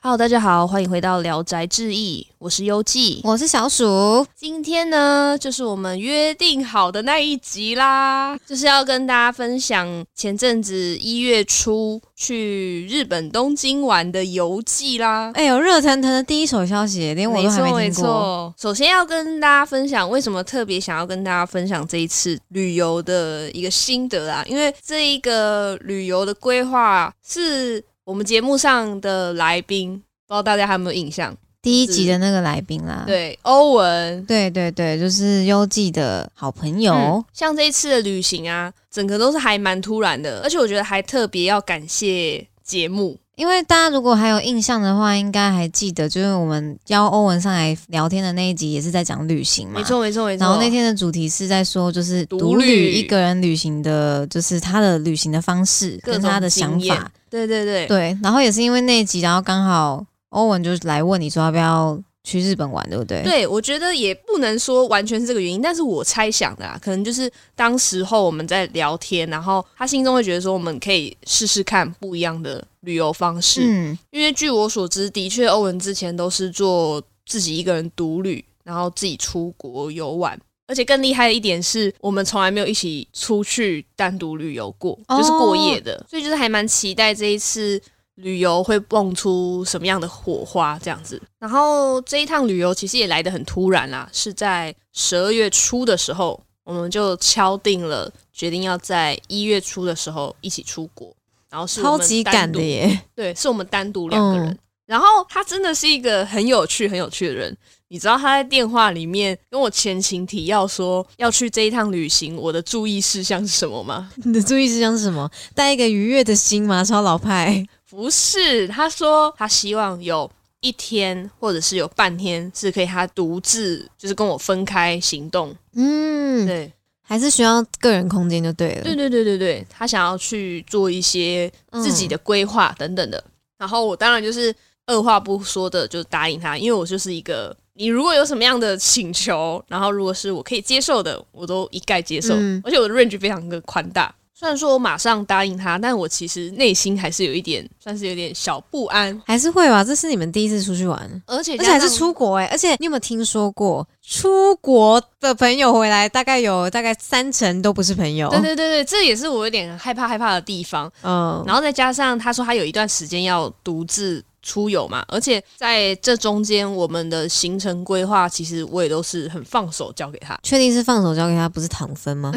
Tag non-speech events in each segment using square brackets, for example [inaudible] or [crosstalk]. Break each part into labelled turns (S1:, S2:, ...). S1: Hello，大家好，欢迎回到《聊斋志异》，我是优记。
S2: 我是小鼠，
S1: 今天呢，就是我们约定好的那一集啦，就是要跟大家分享前阵子一月初去日本东京玩的游记啦。
S2: 哎呦，热腾腾的第一手消息，连哎我都还没
S1: 没
S2: 听过。
S1: 错。首先要跟大家分享，为什么特别想要跟大家分享这一次旅游的一个心得啊？因为这一个旅游的规划是我们节目上的来宾，不知道大家还有没有印象？
S2: 第一集的那个来宾啦，
S1: 对，欧文。
S2: 对对对，就是优记的好朋友。
S1: 嗯像这一次的旅行啊，整个都是还蛮突然的，而且我觉得还特别要感谢节目，
S2: 因为大家如果还有印象的话，应该还记得，就是我们邀欧文上来聊天的那一集，也是在讲旅行嘛。
S1: 没。错没错没错。
S2: 然后那天的主题是在说，就是
S1: 独
S2: 独
S1: 旅
S2: 旅一个人旅行的，就是他的旅行的方式
S1: 各
S2: 跟
S1: 种
S2: 他的想
S1: 经验
S2: 法。
S1: 对对对，
S2: 对，然后也是因为那一集，然后刚好欧文就来问你说要不要去日本玩，对不对？
S1: 对，我觉得也不能说完全是这个原因，但是我猜想的啊，可能就是当时候我们在聊天，然后他心中会觉得说我们可以试试看不一样的旅游方式，
S2: 嗯，
S1: 因为据我所知，的确欧文之前都是做自己一个人独旅，然后自己出国游玩。而且更厉害的一点是，我们从来没有一起出去单独旅游过，
S2: 哦
S1: 就是过夜的，所以就是还蛮期待这一次旅游会蹦出什么样的火花这样子。然后这一趟旅游其实也来得很突然啦，是在十二月初的时候，我们就敲定了，决定要在一月初的时候一起出国。然后是我
S2: 超
S1: 们
S2: 级
S1: 单
S2: 赶
S1: 独
S2: 的耶！
S1: 对，是我们单独两个人。
S2: 嗯
S1: 然后他真的是一个很有趣、很有趣的人。你知道他在电话里面跟我前情提要说要去这一趟旅行，我的注意事项是什么
S2: [laughs]
S1: 吗？
S2: 你的注意事项是什么？带一个愉悦的心吗？超老派。
S1: 不是，他说他希望有一天或者是有半天是可以他独自就是跟我分开行动。
S2: 嗯，
S1: 对，
S2: 还是需要个人空间就对了。
S1: 对对对对对，他想要去做一些
S2: 嗯
S1: 自己的规划等等的。然后我当然就是二话不说的就答应他，因为我就是一个，你如果有什么样的请求，然后如果是我可以接受的，我都一概接受，
S2: 嗯
S1: 而且我的 range 非常的宽大。虽然说我马上答应他，但我其实内心还是有一点，算是有点小不安，
S2: 还是会吧。这是你们第一次出去玩，
S1: 而且
S2: 而且还
S1: 加
S2: 是
S1: 上
S2: 出国哎、而且你有没有听说过，出国的朋友回来，大概有大概三成都不是朋友。
S1: 对对对对，这也是我有点害怕害怕的地方。
S2: 嗯，
S1: 然后再加上他说他有一段时间要独自出游嘛，而且在这中间我们的行程规划其实我也都是很放手交给他。
S2: 确定是放手交给他，不是躺分 [laughs] 吗？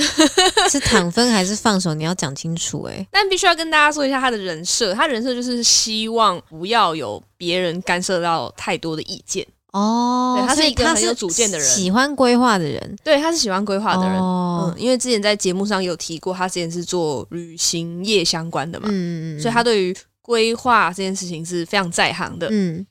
S2: 是躺分还是放手？你要讲清楚哎、
S1: 但必须要跟大家说一下他的人设，他人设就是希望不要有别人干涉到太多的意见。
S2: 哦
S1: 对他是
S2: 所以
S1: 一个很有主见的人
S2: 喜欢规划的人。
S1: 对，他是喜欢规划的人，
S2: 哦
S1: 嗯，因为之前在节目上有提过，他之前是做旅行业相关的嘛，
S2: 嗯
S1: 所以他对于规划这件事情是非常在行的。
S2: 嗯。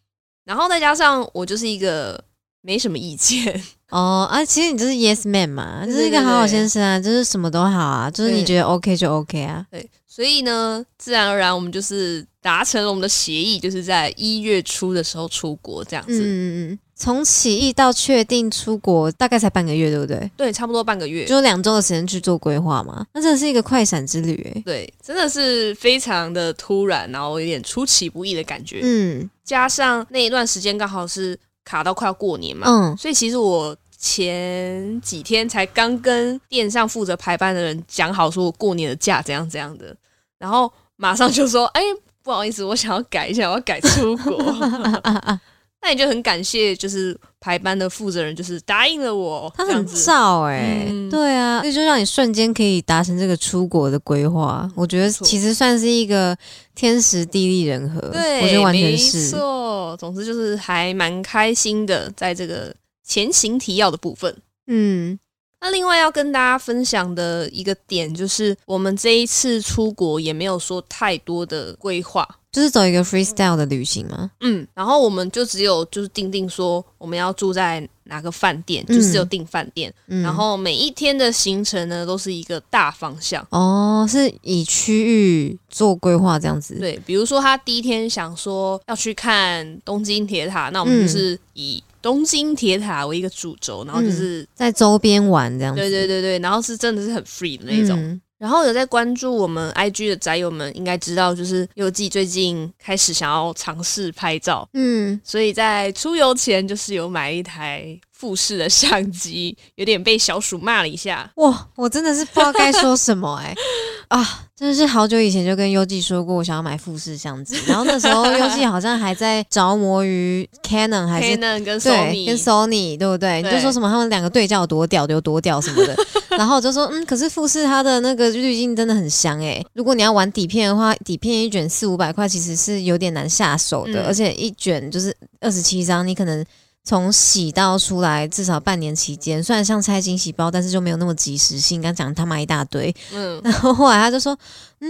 S1: 然后再加上我就是一个没什么意见，
S2: 哦啊，其实你就是 yes man 嘛，
S1: 对
S2: 就
S1: 对
S2: 是一个好好先生啊，就是什么都好啊，就是
S1: 对
S2: 你觉得 OK 就 OK 啊。
S1: 对，所以呢，自然而然我们就是达成了我们的协议，就是在一月初的时候出国这样
S2: 嗯
S1: 子。
S2: 嗯嗯，从起义到确定出国，大概才半个月，对不对？
S1: 对，差不多半个月。
S2: 就两周的时间去做规划嘛，那真的是一个快闪之旅欸诶、
S1: 对，真的是非常的突然，然后有点出其不意的感觉。
S2: 嗯
S1: 加上那一段时间刚好是卡到快要过年嘛，
S2: 嗯，
S1: 所以其实我前几天才刚跟店上负责排班的人讲好，说我过年的假怎样怎样的，然后马上就说：“哎、不好意思，我想要改一下，我要改出国。” [laughs] 那你就很感谢，就是排班的负责人，就是答应了我，
S2: 他
S1: 这样
S2: 很
S1: 子。
S2: 燥诶、
S1: 嗯
S2: 对啊，那就让你瞬间可以达成这个出国的规划，我觉得
S1: 错
S2: 其实算是一个天时地利人和，
S1: 对，
S2: 我觉得完全
S1: 没
S2: 是。
S1: 错。总之就是还蛮开心的，在这个前行提要的部分。
S2: 嗯
S1: 那另外要跟大家分享的一个点就是，我们这一次出国也没有说太多的规划，
S2: 就是走一个 freestyle 的旅行嘛。
S1: 嗯，然后我们就只有就是定定说我们要住在哪个饭店，
S2: 嗯
S1: 就是有订饭店，
S2: 嗯，
S1: 然后每一天的行程呢都是一个大方向。
S2: 哦，是以区域做规划这样子。，
S1: 对，比如说他第一天想说要去看东京铁塔，那我们
S2: 嗯
S1: 就是以东京铁塔为一个主轴，然后就是、
S2: 在周边玩这样子。
S1: 对对对对，然后是真的是很 free 的那种。
S2: 嗯
S1: 然后有在关注我们 IG 的宅友们应该知道，就是佑记最近开始想要尝试拍照，
S2: 嗯，
S1: 所以在出游前就是有买一台富士的相机，有点被小鼠骂了一下。
S2: 哇，我真的是不知道该说什么哎、 [laughs] 啊，真的是好久以前就跟优记说过，我想要买富士相机，然后那时候优记好像还在着魔于 Canon 还是
S1: Canon 跟
S2: 对，
S1: Sony，
S2: 跟 Sony 对不对？你就
S1: 对
S2: 说什么他们两个对焦多屌有多屌
S1: [laughs]
S2: 什么的，然后我就说嗯，可是富士它的那个滤镜真的很香诶、如果你要玩底片的话，底片一卷四五百块其实是有点难下手的，
S1: 嗯
S2: 而且一卷就是二十七张，你可能。从洗到出来至少半年期间，虽然像拆惊喜包，但是就没有那么及时性。刚讲他妈一大堆，
S1: 嗯，
S2: 然后后来他就说，嗯，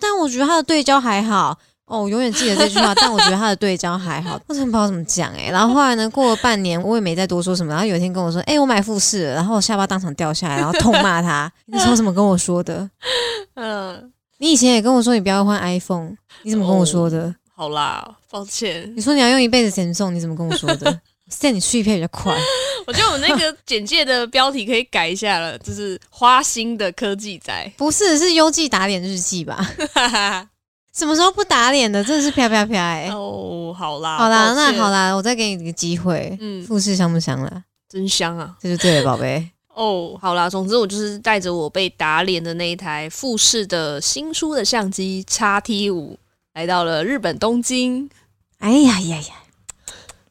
S2: 但我觉得他的对焦还好。哦，我永远记得这句话，但我觉得他的对焦还好，我真的不知道怎么讲哎、然后后来呢，过了半年，我也没再多说什么。然后有一天跟我说，哎、我买富士了，然后我下巴当场掉下来，然后痛骂他。你那时候怎么跟我说的？
S1: 嗯，
S2: 你以前也跟我说你不要换 iPhone，你怎么跟我说的？
S1: 好啦，抱歉，
S2: 你说你要用一辈子 Samsung，你怎么跟我说的？现在你去一片比较快。
S1: 我觉得我们那
S2: [laughs]
S1: 个简介的标题可以改一下了，就是花心的科技
S2: [laughs]
S1: 宅。
S2: 不是，是优记打脸日记吧？哎什么时候不打脸的？真的是啪啪啪哎、
S1: 哦，好啦，
S2: 好啦，那好
S1: 啦，
S2: 啦，我再给你一个机会，
S1: 嗯，
S2: 富士香不香啦？
S1: 真香啊。
S2: 这就
S1: [laughs]
S2: 对了，宝贝。
S1: 哦，好啦，总之我就是带着我被打脸的那一台富士的新出的相机 x T 五，来到了日本东京。
S2: 哎呀呀呀！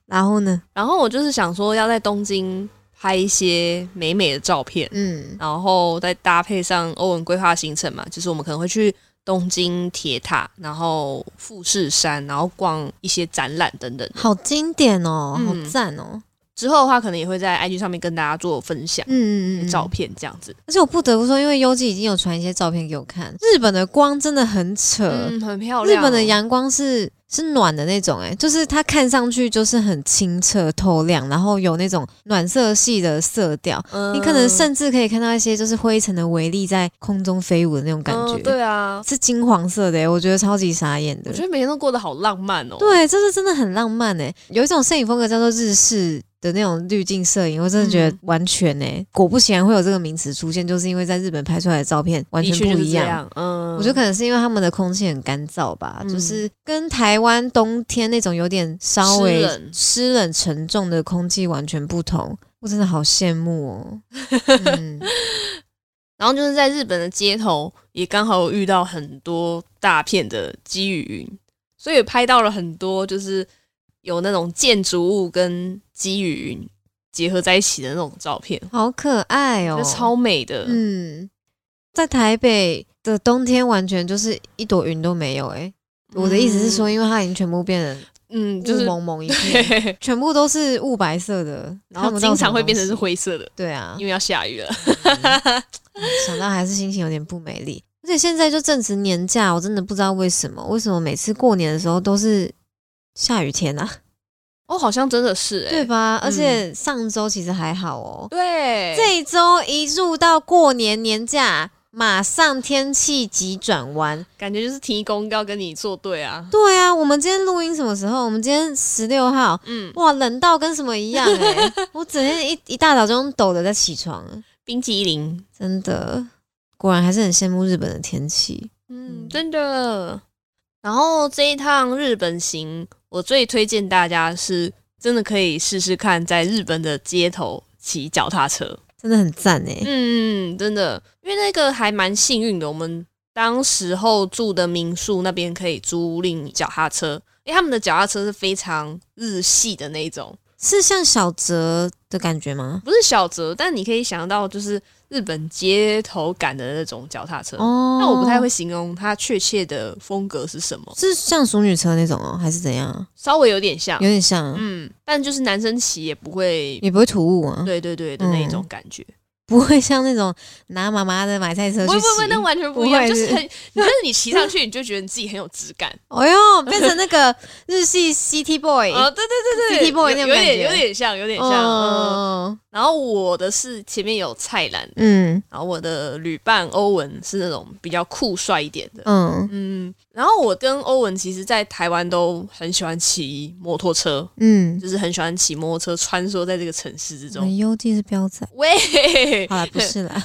S2: 然后呢？
S1: 然后我就是想说要在东京拍一些美美的照片，
S2: 嗯
S1: 然后再搭配上欧文规划行程嘛，就是我们可能会去东京铁塔，然后富士山，然后逛一些展览等等。
S2: 好经典哦，
S1: 嗯
S2: 好赞哦。
S1: 之后的话，可能也会在 IG 上面跟大家做分享、
S2: 嗯嗯嗯，
S1: 照。片这样子。
S2: 而且我不得不说，因为优记已经有传一些照片给我看，日本的光真的很扯。
S1: 嗯，很漂
S2: 日
S1: 亮哦、
S2: 本的阳光是是暖的那种、哎，就是它看上去就是很清澈透亮，然后有那种暖色系的色调。
S1: 嗯，
S2: 你可能甚至可以看到一些就是灰尘的微粒在空中飞舞的那种感觉。
S1: 嗯对啊，
S2: 是金黄色的耶，欸我觉得超级傻眼的
S1: 我觉。得每天都过得好浪漫哦。，
S2: 对，这是真的很浪漫哎，有一种摄影风格叫做日式的那种滤镜摄影，我真的觉得
S1: 嗯
S2: 完全哎，果不其然会有这个名词出现，就是因为在日本拍出来的照片完
S1: 的
S2: 全
S1: 确就
S2: 不
S1: 是
S2: 一
S1: 这
S2: 样。
S1: 样。嗯，
S2: 我觉得可能是因为他们的空气很干燥吧，
S1: 嗯
S2: 就是跟台湾冬天那种有点稍
S1: 湿
S2: 微
S1: 冷
S2: 湿冷沉重的空气完全不同。我真的好羡慕哦。
S1: [laughs]
S2: 嗯，
S1: 然后就是在日本的街头，也刚好有遇到很多大片的积雨云，所以拍到了很多就是有那种建筑物跟积雨云结合在一起的那种照片，
S2: 好可爱
S1: 觉
S2: 哦
S1: 得，超美的。
S2: 嗯，在台北的冬天完全就是一朵云都没有哎、我的意思是说，因为它已经全部变
S1: 嗯，嗯，就
S2: 成雾
S1: 是
S2: 蒙蒙一
S1: [laughs]
S2: 片，全部都是雾白色的，
S1: 然
S2: 看
S1: 后
S2: 不到
S1: 经
S2: 什么
S1: 常会变成是
S2: 东西。
S1: 灰色的，
S2: 对啊，嗯
S1: 因为要下雨了。
S2: 想到还是心情有点不美丽。而且现在就正值年假，我真的不知道为什么，为什么每次过年的时候都是下雨天啊， [laughs]
S1: 哦，好像真的是哎、
S2: 对吧？而且上周其实还好哦，
S1: 对，
S2: 这一周一入到过年年假，马上天气急转弯。
S1: 感觉就是提供要跟你作对啊。
S2: 对啊，我们今天录音什么时候？我们今天十六号，
S1: 嗯，
S2: 哇，冷到跟什么一样哎、
S1: [laughs]
S2: 我整天一一大早就用抖的在起床了，
S1: 冰淇淋，
S2: 真的，果然还是很羡慕日本的天气。
S1: 嗯
S2: 嗯，
S1: 真的。然后这一趟日本行，我最推荐大家是真的可以试试看，在日本的街头骑脚踏车。
S2: 真的很赞哎、
S1: 嗯，真的，因为那个还蛮幸运的，我们当时候住的民宿那边可以租赁脚踏车，因为他们的脚踏车是非常日系的那一种，
S2: 是像小泽的感觉吗？
S1: 不是小折，但你可以想到就是日本街头感的那种脚踏车。
S2: 哦
S1: 但我不太会，形容它确切的风格是什么，
S2: 是像熟女车那种哦，还是怎样？
S1: 稍微有点像
S2: 有，点像，
S1: 嗯，但就是男生骑也不会，
S2: 也不会突兀啊，
S1: 对对对的那一种感觉，
S2: 不会像那种拿妈妈的买菜车
S1: 不
S2: 去
S1: 会
S2: 骑
S1: 不。会，那完全不一样，
S2: 不会
S1: 就是是很，你就是你骑上去，你就觉得你自己很有质
S2: [laughs]
S1: 感，
S2: 哎呦，变成那个日系 City Boy，
S1: 哦，对对对对
S2: City Boy
S1: 有
S2: 那种
S1: 有
S2: 感觉
S1: 点有点像，有点像，嗯，
S2: 哦
S1: 然后我的是前面有蔡澜，
S2: 嗯
S1: 然后我的旅伴欧文是那种比较酷帅一点的。
S2: 嗯
S1: 嗯，然后我跟欧文其实，在台湾都很喜欢骑摩托车，
S2: 嗯，
S1: 就是很喜欢骑摩托车穿梭在这个城市之
S2: 我
S1: 中。
S2: 们优记是
S1: [laughs]
S2: 标仔，
S1: 喂，
S2: 好了，不是
S1: [laughs]
S2: 啦，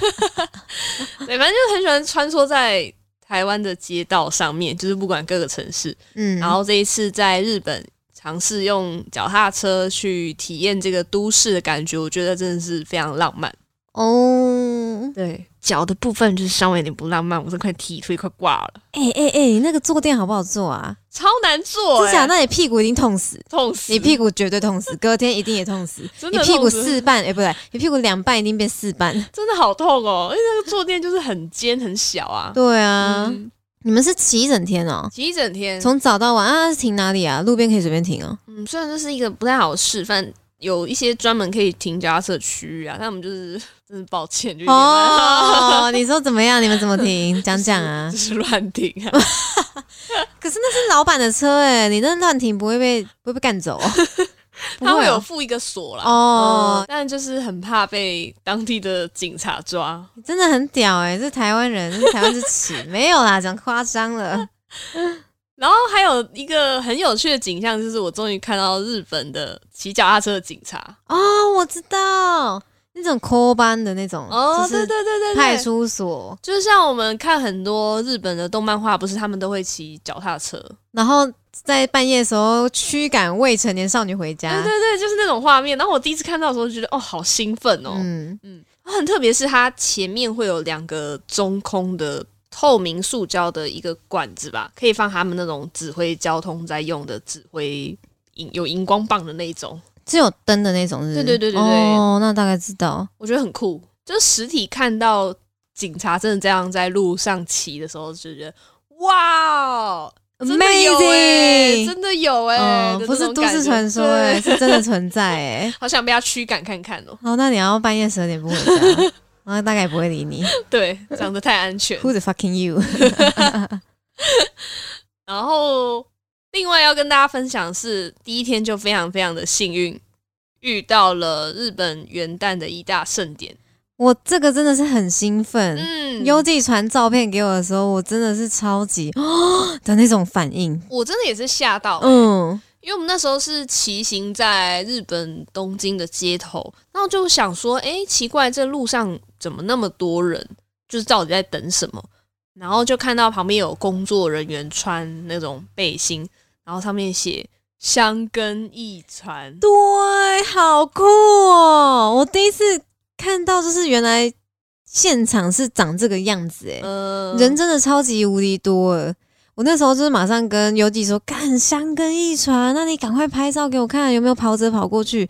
S1: 对，反正就是很喜欢穿梭在台湾的街道上面，就是不管各个城市。
S2: 嗯，
S1: 然后这一次在日本尝试用脚踏车去体验这个都市的感觉，我觉得真的是非常浪漫。
S2: 哦，
S1: 对，脚的部分就是稍微有点不浪漫，我这块踢腿快挂了，
S2: 哎哎哎，你那个坐垫好不好坐啊？
S1: 超难做、
S2: 真
S1: 欸，
S2: 假？那你屁股一定痛死，
S1: 痛死
S2: 你屁股绝对痛死，隔天一定也痛死，
S1: 真
S2: 你
S1: 的
S2: 屁股
S1: 痛死
S2: 四瓣，哎、不对，你屁股两瓣一定变四
S1: [laughs]
S2: 瓣。
S1: 真的好痛哦，因为那个坐垫就是很尖很小啊。
S2: 对啊，
S1: 嗯，
S2: 你们是骑一整天哦，
S1: 骑一整天，
S2: 从早到晚啊？停哪里啊？路边可以随便停哦。
S1: 嗯，虽然这是一个不太好的示范。有一些专门可以停脚踏车的区域啊，但我们就是 [laughs] 真是抱歉，就有点乱
S2: 哦，你说怎么样？你们怎么停？讲讲啊
S1: [laughs] 就。是乱停啊。
S2: 哦可是那是老板的车哎、你那乱停不会被不会被干走、哦？
S1: [laughs]
S2: 不
S1: 他会有
S2: 哦
S1: 附一个锁啦。
S2: 哦
S1: 嗯，但就是很怕被当地的警察抓。
S2: 你真的很屌哎、这台湾人，这台湾之
S1: [laughs]
S2: 耻，没有啦，讲夸张了。
S1: 然后还有一个很有趣的景象，就是我终于看到日本的骑脚踏车的警察。
S2: 哦，我知道，那种 call 班的那种，
S1: 哦，
S2: 就
S1: 对
S2: 是
S1: 对对对对，
S2: 派出所，
S1: 就是像我们看很多日本的动漫画，不是他们都会骑脚踏车？
S2: 然后在半夜的时候驱赶未成年少女回家。
S1: 对对对，就是那种画面。然后我第一次看到的时候，就觉得哦，好兴奋哦。
S2: 嗯，
S1: 很特别是它前面会有两个中空的透明塑胶的一个管子吧，可以放他们那种指挥交通在用的指挥荧有荧光棒的那一种，
S2: 只有灯的那种是不是？
S1: 对对对对对
S2: 哦，那大概知道。
S1: 我觉得很酷。就是实体看到警察真的这样在路上骑的时候，就觉得哇，真的有欸
S2: Amazing！
S1: 真的有哎、
S2: 哦
S1: 的，
S2: 不
S1: 那
S2: 是
S1: 种
S2: 都
S1: 感
S2: 市
S1: 觉
S2: 传说哎、
S1: 对
S2: 是真的存在哎、
S1: 好想被他驱赶看看哦、
S2: [laughs] 哦，那你要半夜十二点不回
S1: [laughs]
S2: 家，然后大概也不会理你。
S1: 对， [laughs] 长得太安全。
S2: Who the fucking you？
S1: 然后，另外要跟大家分享的是，第一天就非常非常的幸运，遇到了日本元旦的一大盛典。
S2: 我这个真的是很兴奋。
S1: 嗯，
S2: 优记传照片给我的时候，我真的是超级 [gasps] 的那种反应。
S1: 我真的也是吓到、
S2: 嗯，
S1: 因为我们那时候是骑行在日本东京的街头，然后就想说，哎，奇怪，这路上怎么那么多人？就是到底在等什么？然后就看到旁边有工作人员穿那种背心，然后上面写“香根一传”，
S2: 对，好酷哦！我第一次看到，就是原来现场是长这个样子哎、
S1: 嗯、
S2: 人真的超级无敌多了。我那时候就是马上跟尤记说：“干香根一传，那你赶快拍照给我看，有没有跑者跑过去？”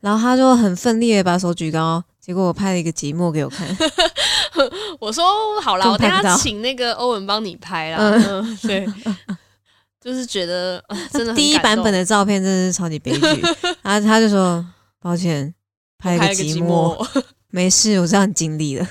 S2: 然后他就很奋力的把手举高，结果我拍了一个寂寞给我看。
S1: 我说好啦，
S2: 真
S1: 我等
S2: 拍不
S1: 下
S2: 到
S1: 请那个欧文帮你拍啦。
S2: 嗯
S1: 嗯，对， [laughs] 就是觉得、
S2: [laughs]
S1: 呃真的很
S2: 第一
S1: 感
S2: 版本
S1: 动
S2: 的照片真的是超级悲 [laughs] 剧。然后他就说：“抱歉，拍了
S1: 拍
S2: 一
S1: 了
S2: 个
S1: 个
S2: 寂
S1: 寂
S2: 寞，
S1: 寞， [laughs]
S2: 没事，我知道你尽力了。”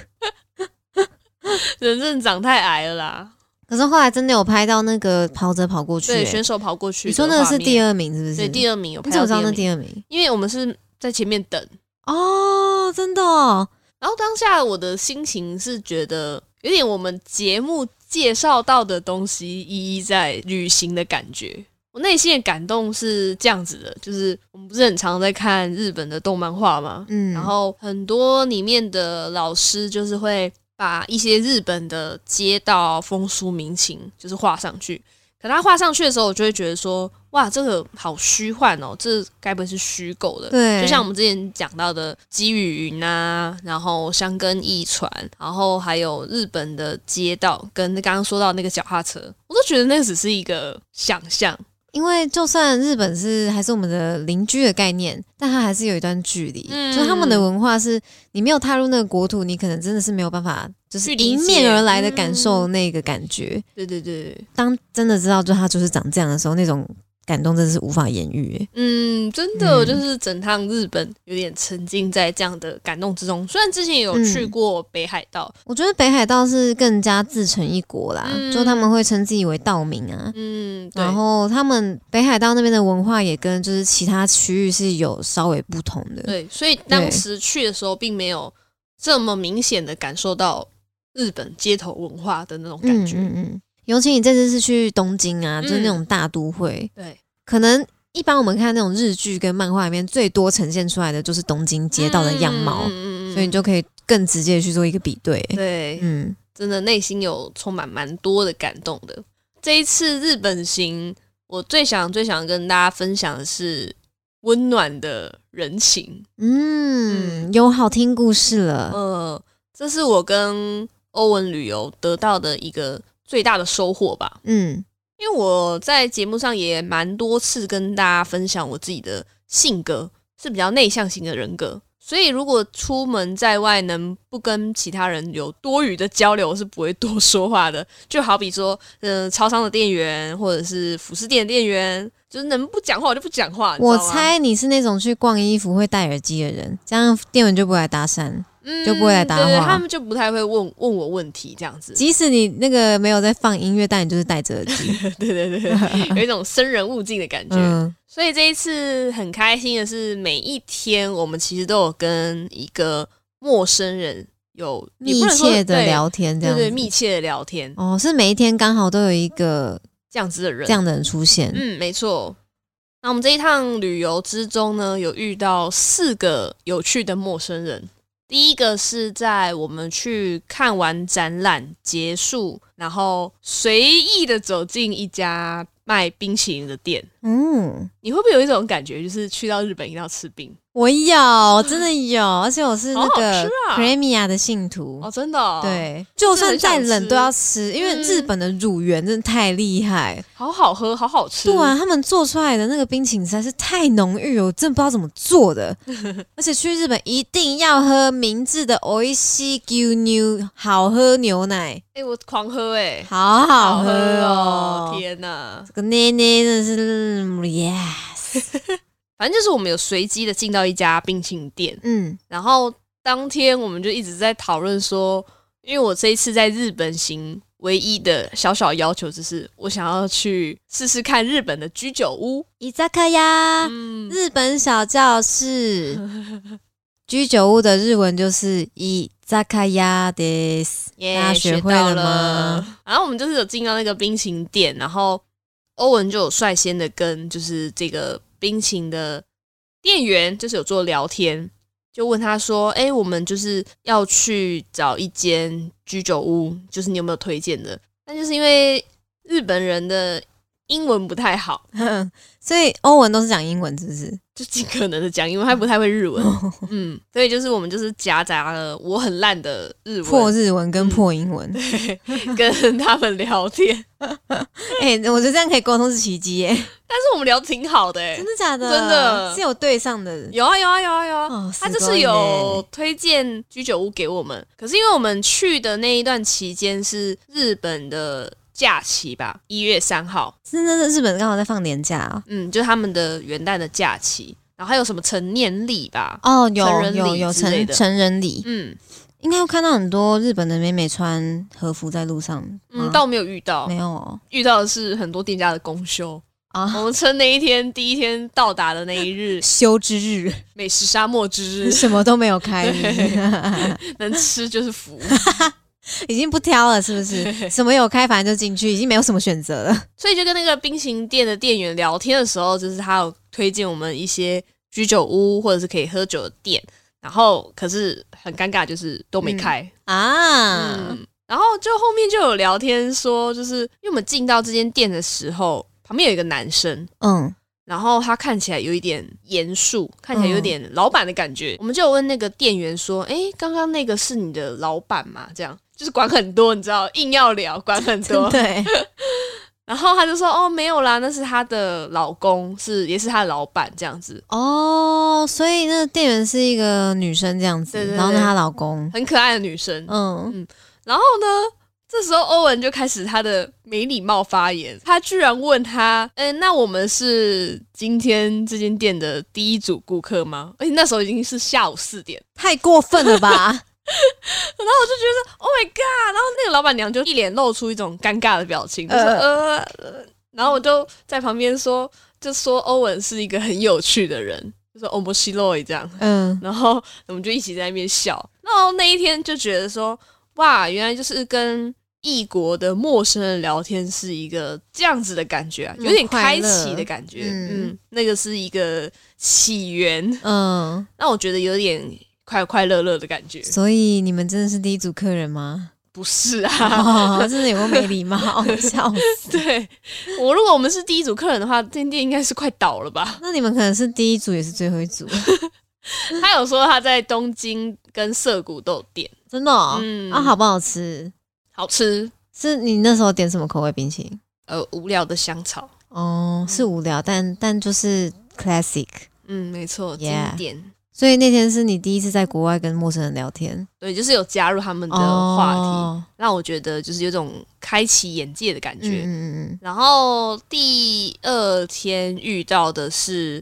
S1: 人真的长太矮了啦。
S2: [laughs] 可是后来真的有拍到那个跑者跑过去、
S1: 对，
S2: 欸
S1: 选手跑过去，
S2: 你说那个是第，二名是不是？
S1: 对，第二名有
S2: 你
S1: 拍
S2: 怎
S1: 到
S2: 么知道那
S1: 第
S2: 第
S1: 二名？
S2: 二名？
S1: 因为我们是在前面等，
S2: 哦，真的、哦，
S1: 然后当下我的心情是觉得有点我们节目介绍到的东西一一在旅行的感觉。我内心的感动是这样子的，就是我们不是很常在看日本的动漫画吗？
S2: 嗯，
S1: 然后很多里面的老师就是会把一些日本的街道风俗民情就是画上去。可他画上去的时候，我就会觉得说，哇，这个好虚幻哦，这该不会是虚构的？
S2: 对
S1: 就像我们之前讲到的积雨云啊，然后香根一传，然后还有日本的街道，跟刚刚说到那个脚踏车，我都觉得那只是一个想象。
S2: 因为就算日本是还是我们的邻居的概念，但它还是有一段距离。
S1: 嗯
S2: 就是他们的文化是，你没有踏入那个国土，你可能真的是没有办法，就是
S1: 去理解
S2: 迎面而来的嗯感受那个感觉。
S1: 对对对，
S2: 当真的知道，就它就是长这样的时候，那种感动真的是无法言喻。哎
S1: 嗯，真的
S2: 嗯
S1: 就是整趟日本有点沉浸在这样的感动之中。虽然之前也有去过北海道，
S2: 我觉得北海道是更加自成一国啦，
S1: 嗯
S2: 就他们会称自己为道民啊。
S1: 嗯，对
S2: 然后他们北海道那边的文化也跟就是其他区域是有稍微不同的，
S1: 对，所以当时去的时候并没有这么明显的感受到日本街头文化的那种感觉。
S2: 嗯嗯嗯。尤其你这次是去东京啊，就是那种大都会，
S1: 对，
S2: 可能一般我们看那种日剧跟漫画里面，最多呈现出来的就是东京街道的样貌，
S1: 嗯嗯嗯嗯
S2: 所以你就可以更直接地去做一个比对。
S1: 对，
S2: 嗯，
S1: 真的内心有充满蛮多的感动的。这一次日本行，我最想最想跟大家分享的是温暖的人情。
S2: 嗯，有好听故事了。
S1: 呃，这是我跟欧文旅游得到的一个最大的收获吧。
S2: 嗯
S1: 因为我在节目上也蛮多次跟大家分享我自己的性格是比较内向型的人格，所以如果出门在外能不跟其他人有多余的交流，我是不会多说话的。 [laughs] 就好比说，嗯、超商的店员或者是服饰店的店员，就是能不讲话我就不讲话。你知
S2: 嗯我
S1: 道吗
S2: 猜你是那种去逛衣服会戴耳机的人，这样店员就不会来搭讪。
S1: 嗯
S2: 就不会来搭
S1: 对对
S2: 话
S1: 他们就不太会问问我问题这样子。
S2: 即使你那个没有在放音乐，但你就是戴着耳机。
S1: 对对对
S2: [laughs]
S1: 对，有一种生人勿近的感觉。
S2: 嗯
S1: 所以这一次很开心的是，每一天我们其实都有跟一个陌生人有也
S2: 密
S1: 不能说
S2: 切的聊天这
S1: 对，
S2: 样
S1: 对
S2: 子。
S1: 对，密切的聊天
S2: 哦，是每一天刚好都有一个
S1: 这样子的人
S2: 这。样的人出现。
S1: 嗯，没错。那我们这一趟旅游之中呢，有遇到四个有趣的陌生人。第一个是在我们去看完展览结束，然后随意的走进一家卖冰淇淋的店。
S2: 嗯，
S1: 你会不会有一种感觉，就是去到日本一定要吃冰？
S2: 我有，真的有，而且我是那
S1: 好好吃
S2: 个
S1: 啊
S2: Cremia 的信徒。
S1: 哦，真的、哦，，
S2: 对，就算再
S1: 真的很想
S2: 冷
S1: 吃
S2: 都要吃，因为
S1: 嗯
S2: 日本的乳源真的太厉害。
S1: 好好喝，好好吃。
S2: 对啊，他们做出来的那个冰淇淋实在是太浓郁了，我真的不知道怎么做 [laughs] 的。而且去日本一定要喝明治的 o i s h i g 牛好喝牛奶，
S1: 哎、我狂喝哎、
S2: 好好喝
S1: 哦
S2: 哦！
S1: 天哪！
S2: 这个奶奶真的是嗯，yeah，
S1: 反正就是我们有随机的进到一家冰淇淋店，
S2: 嗯
S1: 然后当天我们就一直在讨论说，因为我这一次在日本行，唯一的小小要求就是我想要去试试看日本的居酒屋。
S2: 伊扎卡呀，
S1: 嗯，
S2: 日本小教室， [laughs] 居酒屋的日文就是伊扎卡呀的。
S1: 耶、
S2: 大家学会
S1: 到
S2: 了吗
S1: 了？ [laughs] 然后我们就是有进到那个冰淇淋店，然后欧文就有率先的跟就是这个冰淇淋的店员就是有做聊天，就问他说：“哎、我们就是要去找一间居酒屋，就是你有没有推荐的？”但就是因为日本人的英文不太好，
S2: [laughs] 所以欧文都是讲英文，是不是？
S1: 就尽可能的讲英文，他不太会日
S2: [laughs]
S1: 文，嗯，所以就是我们就是夹杂了我很烂的日
S2: 破
S1: 文
S2: 日文嗯跟破英文，
S1: 跟他们聊天，
S2: [laughs] 哎、我觉得这样可以沟通是奇迹耶！
S1: 但是我们聊得挺好的、欸，
S2: 真的假的？
S1: 哎真的
S2: 是有对上的
S1: 有啊有啊有啊有啊，
S2: 哦
S1: 他就
S2: 死
S1: 是
S2: 鬼呢
S1: 有推荐居酒屋给我们，可是因为我们去的那一段期间是日本的假期吧，一月三号，
S2: 真的是日本刚好在放年假啊
S1: 嗯，就是他们的元旦的假期，然后还有什么成年礼吧，
S2: 哦，有
S1: 成人礼
S2: 有有
S1: 之类
S2: 成
S1: 的
S2: 成人礼，
S1: 嗯
S2: 应该有看到很多日本的妹妹穿和服在路上吗。
S1: 嗯，倒没有遇到
S2: 没，有哦
S1: 遇到的是很多店家的公 [laughs] 休。
S2: 啊，，
S1: 我们趁那一天第一天到达的那一日
S2: 休之日
S1: 美食沙漠之日，
S2: 什么都没有开，
S1: 能吃就是福。
S2: 已经不挑了，是不是？什么有开，反正就进去，已经没有什么选择了。
S1: 所以就跟那个冰淇淋店的店员聊天的时候，就是他有推荐我们一些居酒屋或者是可以喝酒的店，然后可是很尴尬，就是都没开。
S2: 啊，
S1: 嗯，然后就后面就有聊天说，就是因为我们进到这间店的时候，旁边有一个男生。
S2: 嗯
S1: 然后他看起来有一点严肃，看起来有点老板的感觉。我们就有问那个店员说：“诶，刚刚那个是你的老板吗？”这样就是管很多，你知道，硬要聊，管很多。
S2: 对，
S1: 然后他就说：“哦，没有啦，那是她的老公，是也是她的老板这样子，
S2: 哦，所以那个店员是一个女生这样子，
S1: 对对对
S2: 然后呢，她老公，
S1: 很可爱的女生。
S2: 嗯，
S1: 然后呢，这时候欧文就开始他的没礼貌发言，他居然问他：“嗯、那我们是今天这间店的第一组顾客吗？”而且那时候已经是下午四点，
S2: 太过分
S1: [laughs]
S2: 了吧？
S1: 然后我就觉得 “Oh my god”，然后那个老板娘就一脸露出一种尴尬的表情，就说：“呃。呃”然后我就在旁边说，就说欧文是一个很有趣的人，就说 o m o s h i r o i 这样。
S2: 嗯，
S1: 然后我们就一起在那边笑。然后那一天就觉得说，哇，原来就是跟异国的陌生人聊天是一个这样子的感觉啊，
S2: 嗯
S1: 有点开启的感觉。
S2: 快乐嗯
S1: 嗯那个是一个起源，
S2: 嗯，
S1: 让我觉得有点快快乐乐的感觉。
S2: 所以你们真的是第一组客人吗？
S1: 不是啊，
S2: 哦，真的有个没礼貌，笑死。
S1: [laughs] 对我如果我们是第一组客人的话，这间店应该是快倒了吧？
S2: 那你们可能是第一组，也是最后一组，
S1: 他有说他在东京跟涩谷都有店，
S2: 真的、哦。
S1: 嗯
S2: 啊，好不好吃？
S1: 好吃，
S2: 是你那时候点什么口味冰淇淋？
S1: 呃，无聊的香草。
S2: 哦，是无聊，但但就是 classic。
S1: 嗯，没错，经
S2: Yeah
S1: 典。
S2: 所以那天是你第一次在国外跟陌生人聊天
S1: 对，就是有加入他们的话题，
S2: 哦
S1: 让我觉得就是有种开启眼界的感觉。
S2: 嗯嗯
S1: 然后第二天遇到的是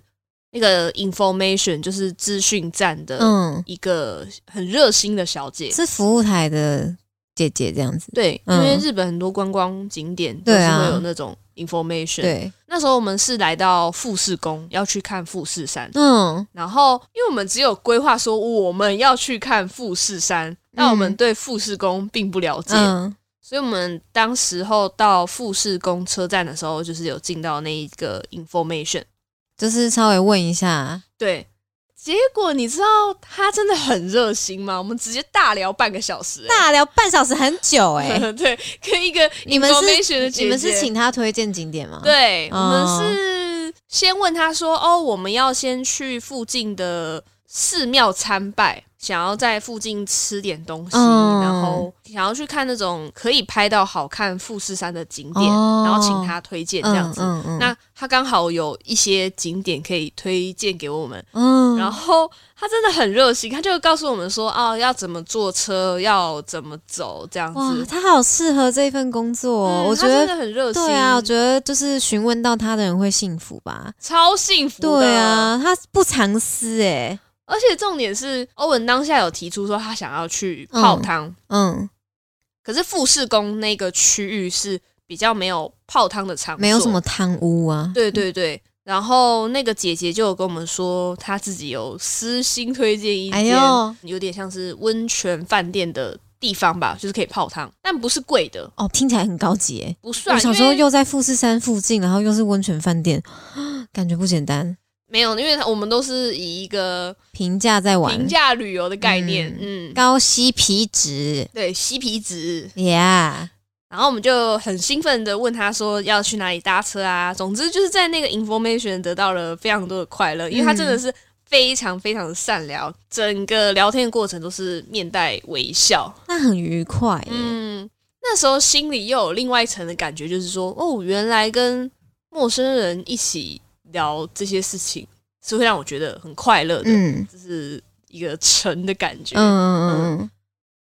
S1: 那个 information，就是资讯站
S2: 嗯
S1: 的
S2: 嗯，
S1: 一个很热心的小姐
S2: 嗯，。是服务台的姐姐这样子。
S1: 对，因
S2: 嗯
S1: 为日本很多观光景点都
S2: 对
S1: 是
S2: 啊
S1: 会有那种 information。
S2: 对，
S1: 那时候我们是来到富士宫，要去看富士山。
S2: 嗯
S1: 然后，因为我们只有规划说我们要去看富士山，但我们对富士宫并不了解，
S2: 嗯
S1: 所以我们当时候到富士宫车站的时候，就是有进到那一个 information。
S2: 就是稍微问一下，
S1: 对，结果你知道他真的很热心吗？我们直接大聊半个小时、欸，
S2: 大聊半小时很久哎、
S1: [laughs] 对，跟一个
S2: 你们
S1: information 的姐
S2: 是
S1: 姐
S2: 你们是请他推荐景点吗？，
S1: 对，我们
S2: 哦
S1: 是先问他说：“哦，我们要先去附近的寺庙参拜，想要在附近吃点东西，
S2: 嗯
S1: 然后想要去看那种可以拍到好看富士山的景点，
S2: 哦
S1: 然后请他推荐这样子。
S2: 嗯嗯
S1: 那他刚好有一些景点可以推荐给我们，
S2: 嗯
S1: 然后他真的很热心，他就告诉我们说：哦，要怎么坐车，要怎么走这样
S2: 哇，
S1: 子。
S2: 他好适合这份工作、
S1: 嗯
S2: 哦我
S1: 他
S2: 觉
S1: 真
S2: 得
S1: 的很热心，
S2: 对啊，我觉得就是询问到他的人会幸福吧。
S1: 超幸福的。
S2: 对啊，他不藏私哎、
S1: 而且重点是，欧文当下有提出说他想要去泡汤，
S2: 嗯，
S1: 可是富士宫那个区域是比较没有泡汤的场所，
S2: 没有什么。贪污 [laughs] 啊。
S1: 对对对。然后那个姐姐就有跟我们说，她自己有私心推荐一
S2: 哎
S1: 间，
S2: 呦，
S1: 有点像是温泉饭店的地方吧，就是可以泡汤，但不是贵的，
S2: 哦，听起来很高级哎、
S1: 不算。
S2: 我小时候
S1: 啊因为
S2: 又在富士山附近，然后又是温泉饭店， [gasps] 感觉不简单。
S1: 没有，因为我们都是以一个
S2: 平价在玩，
S1: 平价旅游的概念，嗯，
S2: 高吸皮值
S1: 对，嬉皮子，
S2: ，Yeah，
S1: 然后我们就很兴奋的问他说要去哪里搭车啊。总之就是在那个 information 得到了非常多的快乐，因为他真
S2: 嗯
S1: 的是非常非常的善良，整个聊天的过程都是面带微笑。
S2: 那很愉快、欸。
S1: 嗯，那时候心里又有另外一层的感觉，就是说哦，原来跟陌生人一起聊这些事情是会让我觉得很快乐的，
S2: 嗯
S1: 这是一个沉的感觉。
S2: 嗯嗯嗯嗯，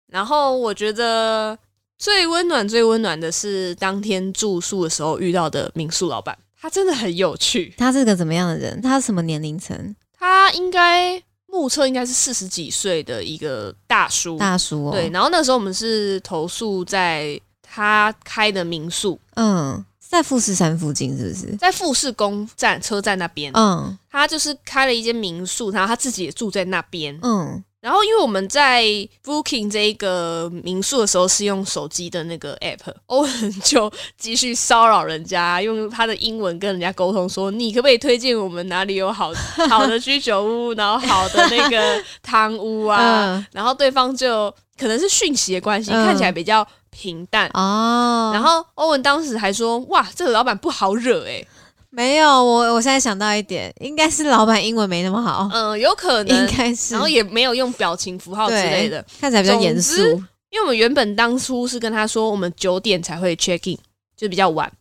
S1: 然后我觉得最温暖、最温暖的是当天住宿的时候遇到的民宿老板，他真的很有趣。
S2: 他是个怎么样的人？他是什么年龄层？
S1: 他应该目测应该是四十几岁的一个大叔，
S2: 大叔哦，
S1: 嗯对。，然后那时候我们是投宿在他开的民宿，
S2: 嗯，是在富士山附近是不是？
S1: 在富士宫站车站那边，
S2: 嗯
S1: 他就是开了一间民宿，然后他自己也住在那边。
S2: 嗯
S1: 然后，因为我们在 Booking 这一个民宿的时候是用手机的那个 App，欧文就继续骚扰人家，用他的英文跟人家沟通说：“你可不可以推荐我们哪里有好好的居酒屋，然后好的那个汤屋啊？”
S2: [laughs] 嗯
S1: 然后对方就可能是讯息的关系，
S2: 嗯
S1: 看起来比较平淡。
S2: 哦，
S1: 然后欧文当时还说：“哇，这个老板不好惹欸诶、
S2: 没有我，我现在想到一点，应该是老板英文没那么好，
S1: 嗯、有可
S2: 应
S1: 能。”
S2: 该是，
S1: 然后也没有用表情符号之
S2: 对
S1: 类的，
S2: 看起来比较严
S1: 总
S2: 肃，
S1: 因为我们原本当初是跟他说我们九点才会 check in，就比较晚，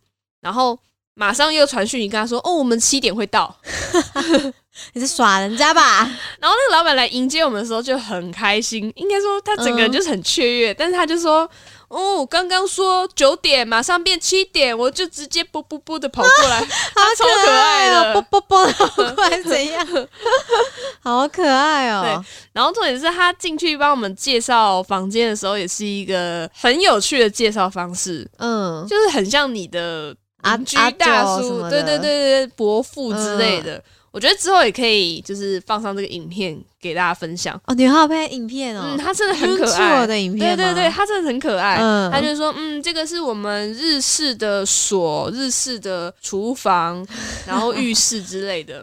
S1: 然后马上又传讯息跟他说哦，我们七点会到。
S2: 你是耍人
S1: [laughs]
S2: 家吧？
S1: 然后那个老板来迎接我们的时候就很开心，应该说他整个人就是很雀跃，但是他就说哦，哦，刚刚说九点，马上变七点，我就直接啵啵啵的跑过来，
S2: 好
S1: 超可爱的
S2: 哦啵啵啵，好可爱，怎样？
S1: [laughs]
S2: 好可爱哦！
S1: 然后重点是他进去帮我们介绍房间的时候，也是一个很有趣的介绍方式，
S2: 嗯，
S1: 就是很像你的
S2: 阿
S1: 邻居
S2: 阿
S1: 大
S2: 舅什
S1: 叔，
S2: 么
S1: 对
S2: 的嗯
S1: 对对对，伯父之类的。我觉得之后也可以，就是放上这个影片给大家分享。
S2: 哦，你还有拍影片哦
S1: 嗯，，他真的很可爱
S2: YouTube 的影
S1: 对
S2: 片
S1: 对
S2: 吗，
S1: 对，他真的很可爱。
S2: 嗯。
S1: 他就说，嗯，这个是我们日式的锁、日式的厨房，然后浴室之类的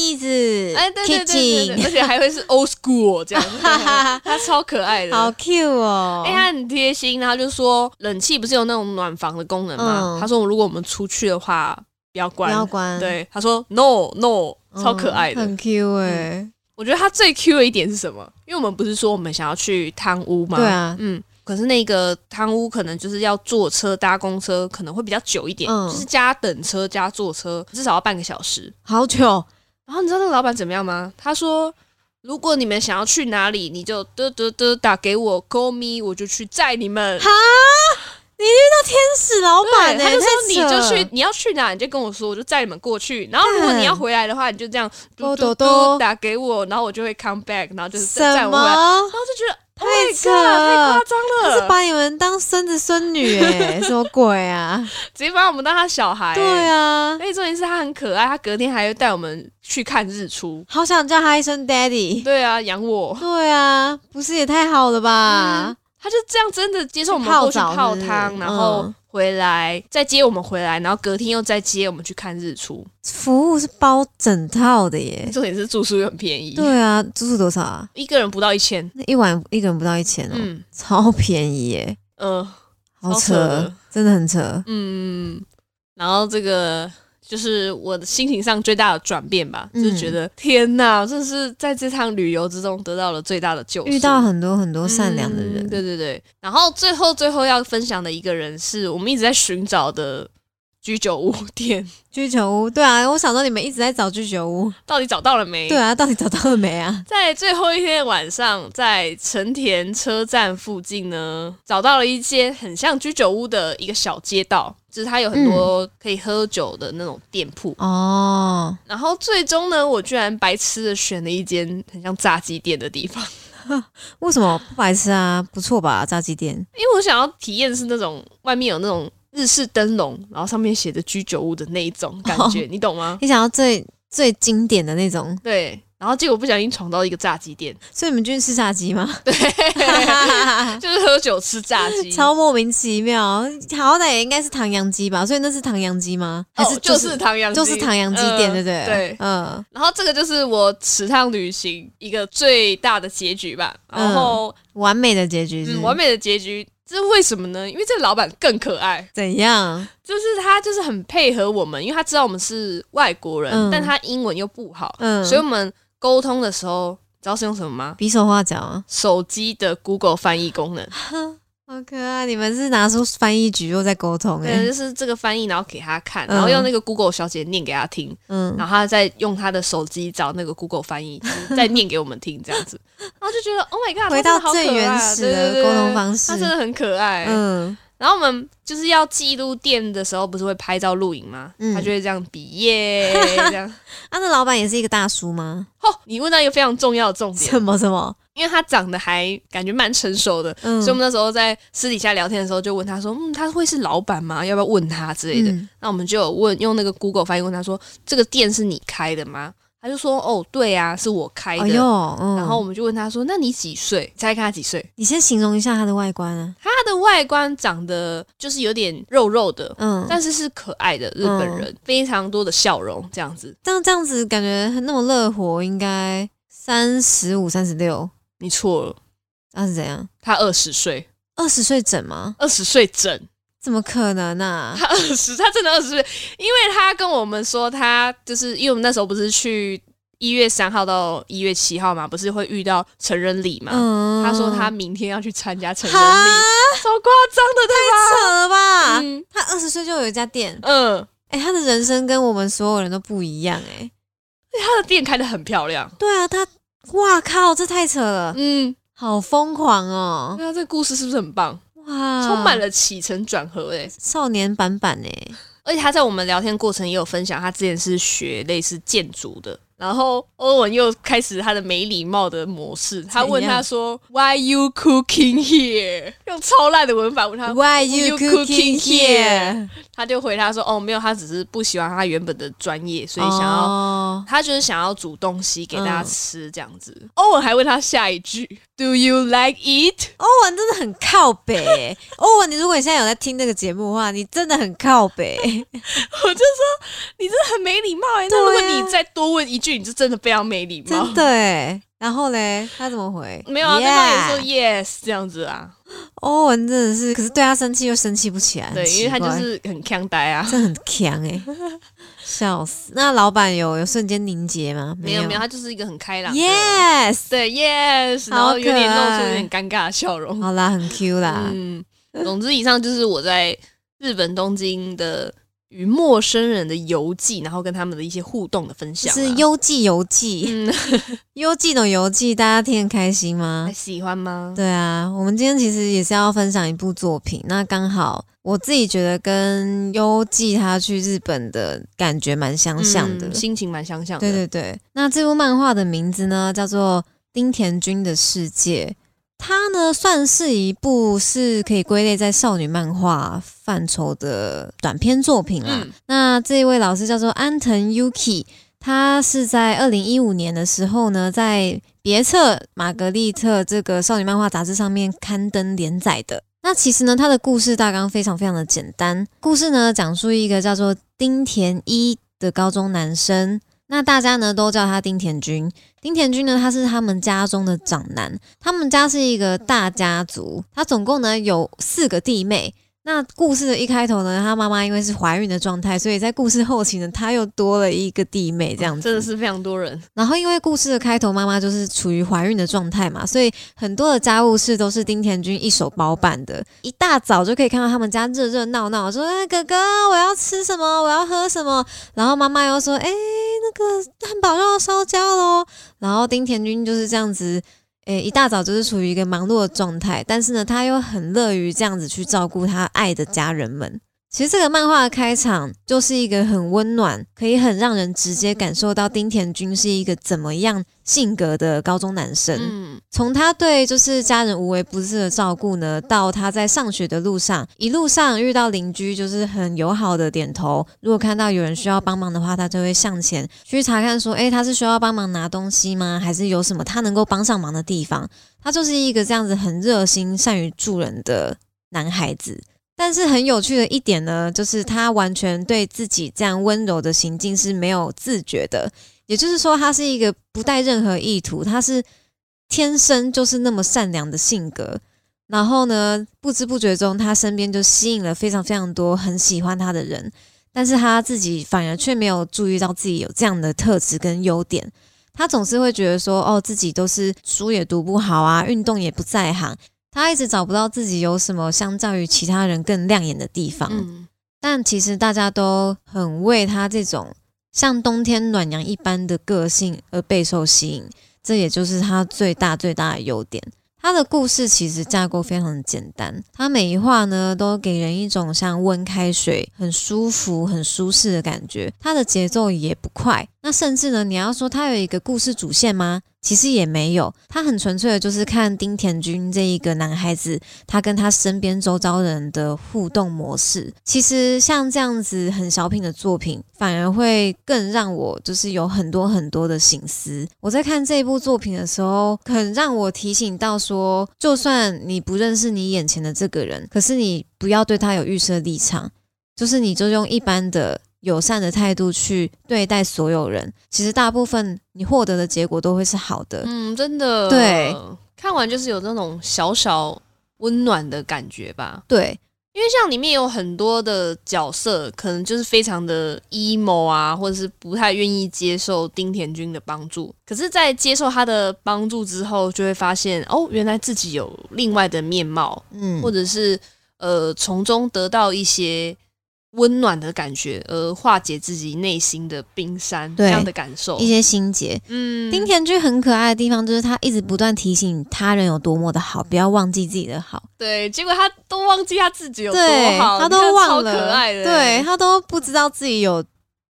S2: Japanese
S1: 哎，对对对对对，
S2: kitchen，
S1: 而且还会是 old school 这样
S2: [laughs]
S1: 子，他超可爱的。
S2: 好 cute 哦
S1: 哎、！他很贴心，然后就说冷气不是有那种暖房的功能吗？
S2: 嗯
S1: 他说如果我们出去的话，不要
S2: 不
S1: 关。
S2: 要关，
S1: 对，他说 no no，
S2: 嗯，
S1: 超可爱的。嗯
S2: 很 cute 哎。
S1: 我觉得他最 Q 的一点是什么？因为我们不是说我们想要去汤屋吗？
S2: 对啊
S1: 嗯。可是那个汤屋可能就是要坐车搭公车，可能会比较久一点，
S2: 嗯
S1: 就是加等车加坐车，至少要半个小时。
S2: 好久，
S1: 然后你知道那个老板怎么样吗？他说：“如果你们想要去哪里，你就得得得打给我，call me，我就去载你们。
S2: 哈，你遇到天使老板
S1: 对，
S2: 呢、
S1: 他
S2: 欸？
S1: 就说你
S2: 太扯
S1: 就
S2: 了
S1: 去，你要去哪你就跟我说，我就载你们过去。然后如果
S2: 干
S1: 你要回来的话，你就这样嘟
S2: 多
S1: 嘟
S2: 多多
S1: 嘟打给我，然后我就会 come back，然后就是再载
S2: 什
S1: 我回来。然
S2: 么？
S1: 后就觉得
S2: 太
S1: Oh my
S2: 扯
S1: God，太夸
S2: 他
S1: 张
S2: 是
S1: 了，
S2: 把你们当孙子孙女
S1: [laughs]
S2: 哎、什么鬼啊？
S1: 直接把我们当他小孩、
S2: 对
S1: 啊。
S2: 啊
S1: 而，且重点是他很可爱，他隔天还会带我们去看日出。
S2: 好想叫他一声 daddy。
S1: 对嗯啊，养我。
S2: 对啊，不是也太好了吧？
S1: 他就这样真的接受我们
S2: 泡
S1: 过去
S2: 澡
S1: 泡
S2: 是不是
S1: 汤，然
S2: 嗯
S1: 后回来、再接我们回来，然后隔天又再接我们去看日出。
S2: 服务是包整套的耶。
S1: 重点是住宿又很便宜，
S2: 对啊，住宿多少啊？
S1: 一个人不到一千。
S2: 那一晚一个人不到一千哦，
S1: 嗯
S2: 超便宜耶，
S1: 呃
S2: 好
S1: 超扯
S2: 扯
S1: 的，
S2: 真的很扯。
S1: 嗯，然后这个就是我的心情上最大的转变吧，
S2: 嗯
S1: 就是觉得天哪，真的是在这趟旅游之中得到了最大的救赎，
S2: 遇到很多很多善良的
S1: 嗯
S2: 人，
S1: 对对对，然后最后最后要分享的一个人是我们一直在寻找的居酒屋店，
S2: 居酒屋，对啊，我想到你们一直在找居酒屋，
S1: 到底找到了没？
S2: 对啊，到底找到了没啊？
S1: 在最后一天晚上，在成田车站附近呢，找到了一间很像居酒屋的一个小街道，就是它有
S2: 嗯
S1: 很多可以喝酒的那种店铺。
S2: 哦，
S1: 然后最终呢，我居然白痴的选了一间很像炸鸡店的地方，
S2: 为什么不白吃啊？不错吧，炸鸡店？
S1: 因为我想要体验是那种外面有那种日式灯笼，然后上面写着居酒屋的那一种感觉， [laughs] 你懂吗？
S2: 你想要最最经典的那种，
S1: 对。然后结果不小心闯到一个炸鸡店，
S2: 所以你们就是吃炸鸡吗？
S1: [laughs] 就是喝酒吃炸 [laughs] 鸡，
S2: [laughs] 超莫名其妙，好歹也应该是唐扬鸡吧？所以那是唐扬鸡吗？还是、
S1: 哦就是唐扬鸡
S2: 就是唐扬鸡
S1: 嗯
S2: 店，对不对？
S1: 对。
S2: 嗯，
S1: 然后这个就是我此趟旅行一个最大的结局吧。然后，
S2: 完美的结局是
S1: 嗯，完美的结局，这是为什么呢？因为这个老板更可爱，
S2: 怎样？
S1: 就是他就是很配合我们，因为他知道我们是外国人，
S2: 嗯
S1: 但他英文又不好，
S2: 嗯，
S1: 所以我们沟通的时候，你知道是用什么吗？
S2: 比手画脚啊，
S1: 手机的 Google 翻译功能，
S2: 好可爱！你们是拿出翻译局又在沟通哎、
S1: 对，就是这个翻译，然后给他看，然后
S2: 嗯
S1: 用那个 Google 小姐念给他听，
S2: 嗯，
S1: 然后他再用他的手机找那个 Google 翻
S2: [laughs]
S1: 译，就是再念给我们听这样子，然后就觉得 Oh my God，
S2: 回
S1: 他真
S2: 到
S1: 的好可爱
S2: 最原始
S1: 对对
S2: 的
S1: 对
S2: 沟通方式
S1: 他，真的很可爱。
S2: 嗯，
S1: 然后我们就是要记录店的时候，不是会拍照录影吗？
S2: 嗯
S1: 他就会这样比耶这样。
S2: 啊，那老板也是一个大叔吗？
S1: 哦，你问到一个非常重要的重点
S2: 什，么什么？
S1: 因为他长得还感觉蛮成熟的，
S2: 嗯，
S1: 所以我们那时候在私底下聊天的时候就问他说：“嗯，他会是老板吗？要不要问他之类的？”
S2: 嗯
S1: 那我们就有问用那个 Google 翻译问他说：“这个店是你开的吗？”他就说：“哦，对啊，是我开的。
S2: 哎呦，嗯，
S1: 然后我们就问他说：“那你几岁？”猜看他几岁？
S2: 你先形容一下他的外观啊，
S1: 他的外观长得就是有点肉肉的，
S2: 嗯，
S1: 但是是可爱的日本人，非常多的笑容，这样子。
S2: 这样这样子感觉那么热火，应该三十五、三十六，啊
S1: 你错了，
S2: 那是怎样？
S1: 他二十岁，
S2: 二十岁整吗？
S1: 二十岁整，
S2: 怎么可能 [laughs] 啊？
S1: 他二十，他真的二十岁，因为他跟我们说，他就是因为我们那时候不是去一月三号到一月七号嘛，不是会遇到成人礼嘛？
S2: 嗯
S1: 他说他明天要去参加成人
S2: 哈
S1: 礼，超夸张的，对吧？
S2: 扯了吧？
S1: 嗯
S2: 他二十岁就有一家店，
S1: 嗯，
S2: 哎、他的人生跟我们所有人都不一样、哎，
S1: 他的店开的很漂亮，
S2: 对啊，他，哇靠，这太扯了，
S1: 嗯，
S2: 好疯狂哦！
S1: 那这故事是不是很棒？
S2: 哇，
S1: 充满了起承转合哎、
S2: 少年版版哎、
S1: 而且他在我们聊天过程也有分享，他之前是学类似建筑的。然后欧文又开始他的没礼貌的模式，他问他说：“Why you cooking here？” 用超烂的文法问他
S2: Why
S1: 啊 you
S2: you
S1: cooking
S2: cooking
S1: here？
S2: here？
S1: 他就回答说：“哦，没有，他只是不喜欢他原本的专业，所以想要、
S2: 哦要
S1: 他就是想要煮东西给大家吃这样
S2: 嗯
S1: 子。欧文还问他下一句：“Do you like it？”
S2: 欧文真的很靠北
S1: [laughs]
S2: 欸。欧文，你如果你现在有在听这个节目的话，你真的很靠
S1: [laughs]
S2: 北。
S1: 我就说你真的很没礼貌哎、那如
S2: 对
S1: 果
S2: 啊
S1: 你再多问一句，你就真的非常没礼貌
S2: 真。的哎。然后嘞，他怎么回？
S1: 没有啊，对方
S2: Yeah
S1: 也说 yes 这样子啊，
S2: 欧文真的是，可是对他生气又生气不起来，
S1: 对
S2: 很，
S1: 因为他
S2: 奇
S1: 就
S2: 怪
S1: 是很强呆啊。
S2: 真的很强哎、
S1: [laughs]
S2: 笑死！那老板有有瞬间凝结吗？
S1: 没有
S2: 有
S1: 没有，他就是一个很开朗的。
S2: ，yes，
S1: 对 yes，然
S2: 好
S1: 后有点
S2: 可
S1: 露出有
S2: 爱
S1: 点尴尬的笑容。
S2: 好啦，很 Q 啦，
S1: 嗯，总之以上就是我在日本东京的与陌生人的游记，然后跟他们的一些互动的分
S2: 就
S1: 享啊。
S2: 是幽记游记，
S1: 嗯，
S2: 幽记懂游记，大家听得开心吗
S1: 还？喜欢吗？
S2: 对啊，我们今天其实也是要分享一部作品，那刚好我自己觉得跟幽记他去日本的感觉蛮相像的，
S1: 嗯心情蛮相像的。
S2: 对对对，那这部漫画的名字呢，叫做《丁田君的世界》。它呢，算是一部是可以归类在少女漫画范畴的短篇作品啦。
S1: 嗯
S2: 那这一位老师叫做安藤 Yuki，他是在二零一五年的时候呢，在别册《玛格丽特》这个少女漫画杂志上面刊登连载的。那其实呢，它的故事大纲非常非常的简单。故事呢，讲述一个叫做丁田一的高中男生，那大家呢都叫他丁田君。丁田君呢，他是他们家中的长男，他们家是一个大家族，他总共呢有四个弟妹。那故事的一开头呢，他妈妈因为是怀孕的状态，所以在故事后期呢，他又多了一个弟妹，这样子
S1: 真的是非常多人。
S2: 然后因为故事的开头，妈妈就是处于怀孕的状态嘛，所以很多的家务事都是丁田君一手包办的。一大早就可以看到他们家热热闹闹，说：“哎，哥哥，我要吃什么？我要喝什么？”然后妈妈又说：“哎，那个汉堡肉要烧焦喽。”然后丁田君就是这样子。诶，一大早就是处于一个忙碌的状态，但是呢，他又很乐于这样子去照顾他爱的家人们。其实这个漫画的开场就是一个很温暖，可以很让人直接感受到丁田君是一个怎么样性格的高中男生。
S1: 嗯，
S2: 从他对就是家人无微不至的照顾呢，到他在上学的路上，一路上遇到邻居就是很友好的点头。如果看到有人需要帮忙的话，他就会向前去查看说，诶，他是需要帮忙拿东西吗？还是有什么他能够帮上忙的地方？他就是一个这样子很热心、善于助人的男孩子。但是很有趣的一点呢，就是他完全对自己这样温柔的行径是没有自觉的，也就是说，他是一个不带任何意图，他是天生就是那么善良的性格。然后呢，不知不觉中，他身边就吸引了非常非常多很喜欢他的人，但是他自己反而却没有注意到自己有这样的特质跟优点。他总是会觉得说，哦，自己都是书也读不好啊，运动也不在行，他一直找不到自己有什么相较于其他人更亮眼的地方。
S1: 嗯，
S2: 但其实大家都很为他这种像冬天暖阳一般的个性而备受吸引，这也就是他最大最大的优点。他的故事其实架构非常的简单，他每一话呢都给人一种像温开水，很舒服、很舒适的感觉。他的节奏也不快，那甚至呢，你要说他有一个故事主线吗？其实也没有，他很纯粹的就是看丁田君这一个男孩子他跟他身边周遭人的互动模式。其实像这样子很小品的作品，反而会更让我就是有很多很多的醒思。我在看这一部作品的时候，很让我提醒到说，就算你不认识你眼前的这个人，可是你不要对他有预设立场，就是你就用一般的。友善的态度去对待所有人，其实大部分你获得的结果都会是好的。
S1: 嗯，真的，
S2: 对，
S1: 看完就是有那种小小温暖的感觉吧。
S2: 对，
S1: 因为像里面有很多的角色，可能就是非常的 emo 啊，或者是不太愿意接受丁田君的帮助。可是，在接受他的帮助之后，就会发现哦，原来自己有另外的面貌，
S2: 嗯，
S1: 或者是呃，从中得到一些温暖的感觉，而化解自己内心的冰山
S2: 对
S1: 这样的感受
S2: 一。些心结。
S1: 嗯，
S2: 丁田君很可爱的地方就是他一直不断提醒他人有多么
S1: 嗯
S2: 的好，不要忘记自己的好。
S1: 对，结果他都忘记他自己有
S2: 对
S1: 多好，
S2: 他
S1: 你
S2: 都
S1: 看
S2: 忘
S1: 超可
S2: 了，
S1: 爱的，欸
S2: 对，他都不知道自己有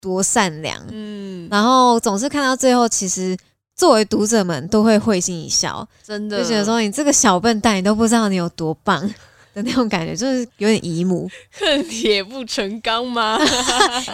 S2: 多善良，
S1: 嗯，
S2: 然后总是看到最后，其实作为读者们都会会心一笑，
S1: 真的
S2: 就觉得说你这个小笨蛋，你都不知道你有多棒。的那种感觉就是有点
S1: [laughs]
S2: 姨母， [laughs]
S1: 恨铁不成钢吗？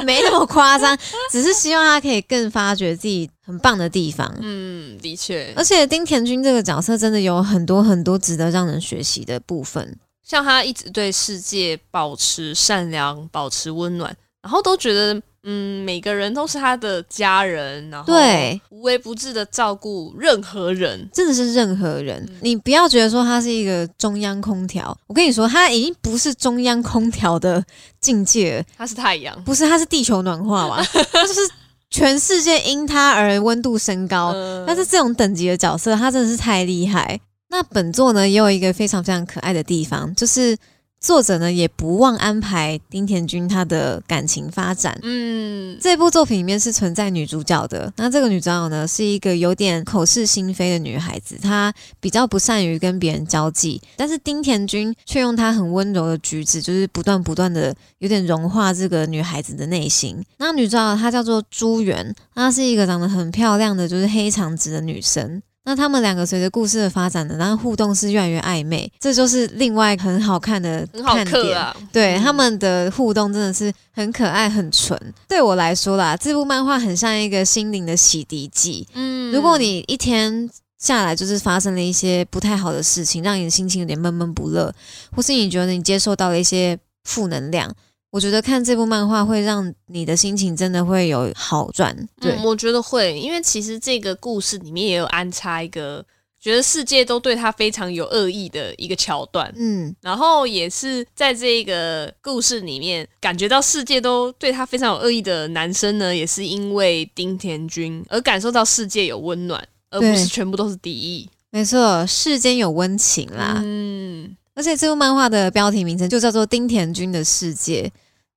S2: 没那么夸张，只是希望他可以更发掘自己很棒的地方。
S1: 嗯，的确，
S2: 而且丁田君这个角色真的有很多很多值得让人学习的部分。
S1: 像他一直对世界保持善良，保持温暖，然后都觉得，嗯，每个人都是他的家人，然后
S2: 对，
S1: 无微不至的照顾任何人。
S2: 真的是任何人，你不要觉得说他是一个中央空调。我跟你说，他已经不是中央空调的境界了，
S1: 他是太阳，
S2: 不是，他是地球暖化哇，他就是全世界因他而温度升高。
S1: 嗯
S2: 但是这种等级的角色，他真的是太厉害。那本作呢，也有一个非常非常可爱的地方，就是作者呢也不忘安排丁田君他的感情发展。
S1: 嗯，
S2: 这部作品里面是存在女主角的。那这个女主角呢，是一个有点口是心非的女孩子，她比较不善于跟别人交际，但是丁田君却用他很温柔的举止，就是不断不断的有点融化这个女孩子的内心。那女主角她叫做朱媛，她是一个长得很漂亮的，就是黑长直的女生。那她们两个随着故事的发展呢，然后互动是越来越暧昧，这就是另外很好看的
S1: 很好
S2: 看
S1: 客
S2: 点
S1: 啊，
S2: 对
S1: 嗯
S2: 他们的互动真的是很可爱、很纯。对我来说啦，这部漫画很像一个心灵的洗涤剂。
S1: 嗯
S2: 如果你一天下来就是发生了一些不太好的事情，让你的心情有点闷闷不乐，或是你觉得你接受到了一些负能量，我觉得看这部漫画会让你的心情真的会有好转。对，
S1: 嗯，我觉得会，因为其实这个故事里面也有安插一个觉得世界都对他非常有恶意的一个桥段，
S2: 嗯，
S1: 然后也是在这个故事里面感觉到世界都对他非常有恶意的男生呢，也是因为丁田君而感受到世界有温暖，而不
S2: 对
S1: 是全部都是敌意
S2: 没错，世间有温情啦。
S1: 嗯，
S2: 而且这部漫画的标题名称就叫做《丁田君的世界》，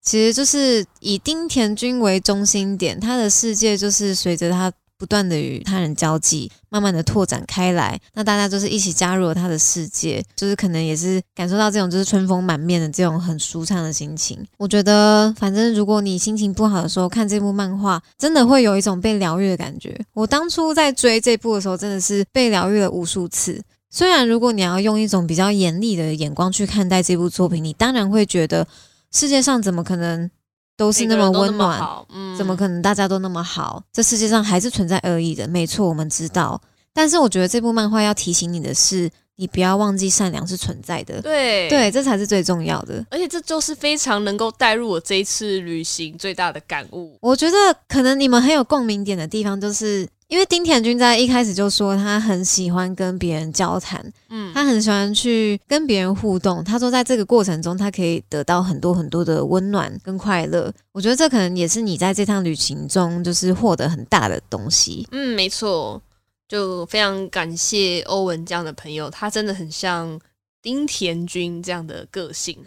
S2: 其实就是以丁田君为中心点，他的世界就是随着他不断的与他人交际，慢慢的拓展开来。那大家就是一起加入了他的世界，就是可能也是感受到这种就是春风满面的这种很舒畅的心情。我觉得，反正如果你心情不好的时候看这部漫画，真的会有一种被疗愈的感觉。我当初在追这部的时候，真的是被疗愈了无数次。虽然如果你要用一种比较严厉的眼光去看待这部作品，你当然会觉得世界上怎么可能都
S1: 不
S2: 是那么温暖，
S1: 好，嗯，
S2: 怎么可能大家都那么好？这世界上还是存在恶意的，没错，我们知道。但是我觉得这部漫画要提醒你的是，你不要忘记善良是存在的，
S1: 对？
S2: 对，这才是最重要的。
S1: 而且这就是非常能够带入我这一次旅行最大的感悟。
S2: 我觉得可能你们很有共鸣点的地方，就是因为丁田君在一开始就说他很喜欢跟别人交谈，
S1: 嗯，
S2: 他很喜欢去跟别人互动。他说，在这个过程中，他可以得到很多很多的温暖跟快乐。我觉得这可能也是你在这趟旅行中就是获得很大的东西。
S1: 嗯，没错，就非常感谢欧文这样的朋友，他真的很像丁田君这样的个
S2: [laughs]
S1: 性。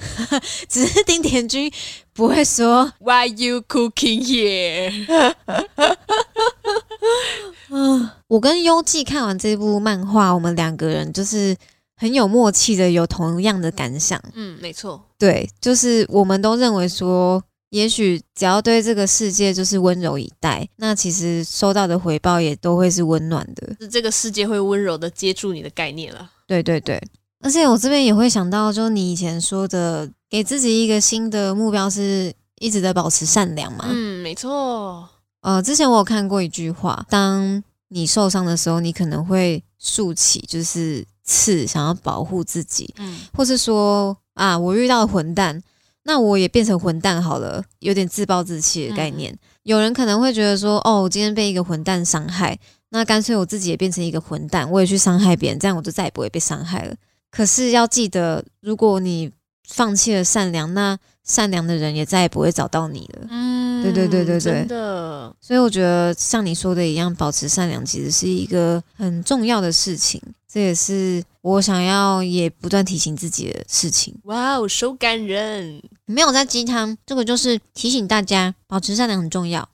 S2: 只是丁田君不会说，
S1: Why you cooking here？
S2: 嗯我跟优纪看完这部漫画，我们两个人就是很有默契的，有同样的感想。
S1: 嗯，没错，
S2: 对，就是我们都认为说，也许只要对这个世界就是温柔以待，那其实收到的回报也都会是温暖的。
S1: 是这个世界会温柔的接住你的概念了。
S2: 对对对，而且我这边也会想到，就是你以前说的，给自己一个新的目标是一直的保持善良嘛。
S1: 嗯，没错，
S2: 呃，之前我有看过一句话，当你受伤的时候，你可能会竖起就是刺，想要保护自己，
S1: 嗯
S2: 或是说啊，我遇到混蛋，那我也变成混蛋好了，有点自暴自弃的概念。有人可能会觉得说，哦，我今天被一个混蛋伤害，那干脆我自己也变成一个混蛋，我也去伤害别人，这样我就再也不会被伤害了。可是要记得，如果你放弃了善良，那善良的人也再也不会找到你了。
S1: 嗯
S2: 对对对对对
S1: 真的，
S2: 所以我觉得像你说的一样，保持善良其实是一个很重要的事情，这也是我想要也不断提醒自己的事情。
S1: 哇哦，手感人，
S2: 没有在鸡汤，这个就是提醒大家保持善良很重要。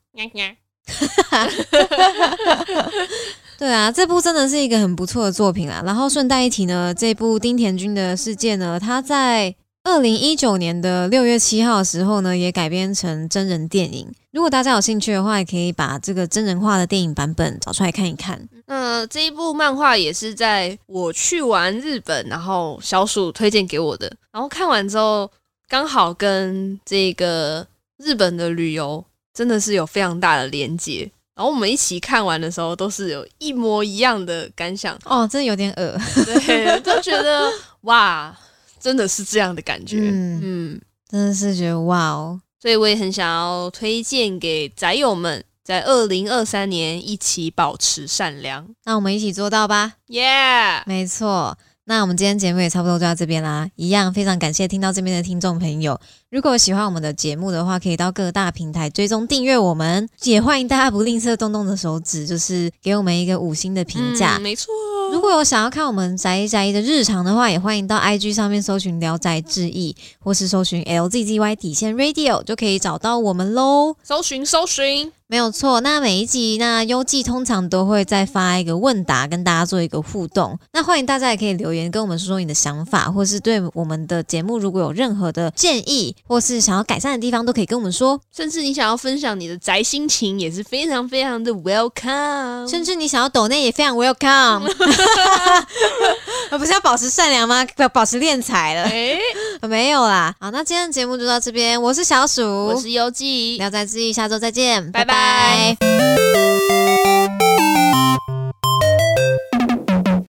S2: 对啊，这部真的是一个很不错的作品啊。然后顺带一提呢，这部丁田君的世界呢，它在二零一九年的六月七号的时候呢，也改编成真人电影。如果大家有兴趣的话，也可以把这个真人化的电影版本找出来看一看。，
S1: 那这一部漫画也是在我去完日本，然后小鼠推荐给我的，然后看完之后刚好跟这个日本的旅游真的是有非常大的连接。然后我们一起看完的时候，都是有一模一样的感想
S2: 哦，真的有点恶。
S1: 对，都觉得哇，真的是这样的感觉，
S2: 嗯
S1: 嗯
S2: 真的是觉得哇哦，
S1: 所以我也很想要推荐给宅友们，在二零二三年一起保持善良。
S2: 那我们一起做到吧。
S1: 耶、
S2: 没错。那我们今天节目也差不多就到这边啦，一样非常感谢听到这边的听众朋友。如果喜欢我们的节目的话，可以到各大平台追踪订阅我们，也欢迎大家不吝啬动动的手指，就是给我们一个五星的评价。
S1: 嗯没错。
S2: 如果有想要看我们宅一宅一的日常的话，也欢迎到 IG 上面搜寻“聊斋志异”或是搜寻 “LZZY 底线 Radio” 就可以找到我们喽。
S1: 搜寻搜寻，
S2: 没有错，那每一集那优记通常都会再发一个问答，跟大家做一个互动。那欢迎大家也可以留言跟我们说说你的想法，或是对我们的节目如果有任何的建议，或是想要改善的地方，都可以跟我们说。
S1: 甚至你想要分享你的宅心情，也是非常非常的 welcome。
S2: 甚至你想要抖内也非常 welcome。不呃是要保持善良吗？不要保持敛财了？呃
S1: 哎、
S2: 没有啦。好，那今天的节目就到这边，我是小鼠，
S1: 我是游记，
S2: 聊斋志异，下周再见，
S1: 拜拜
S2: 拜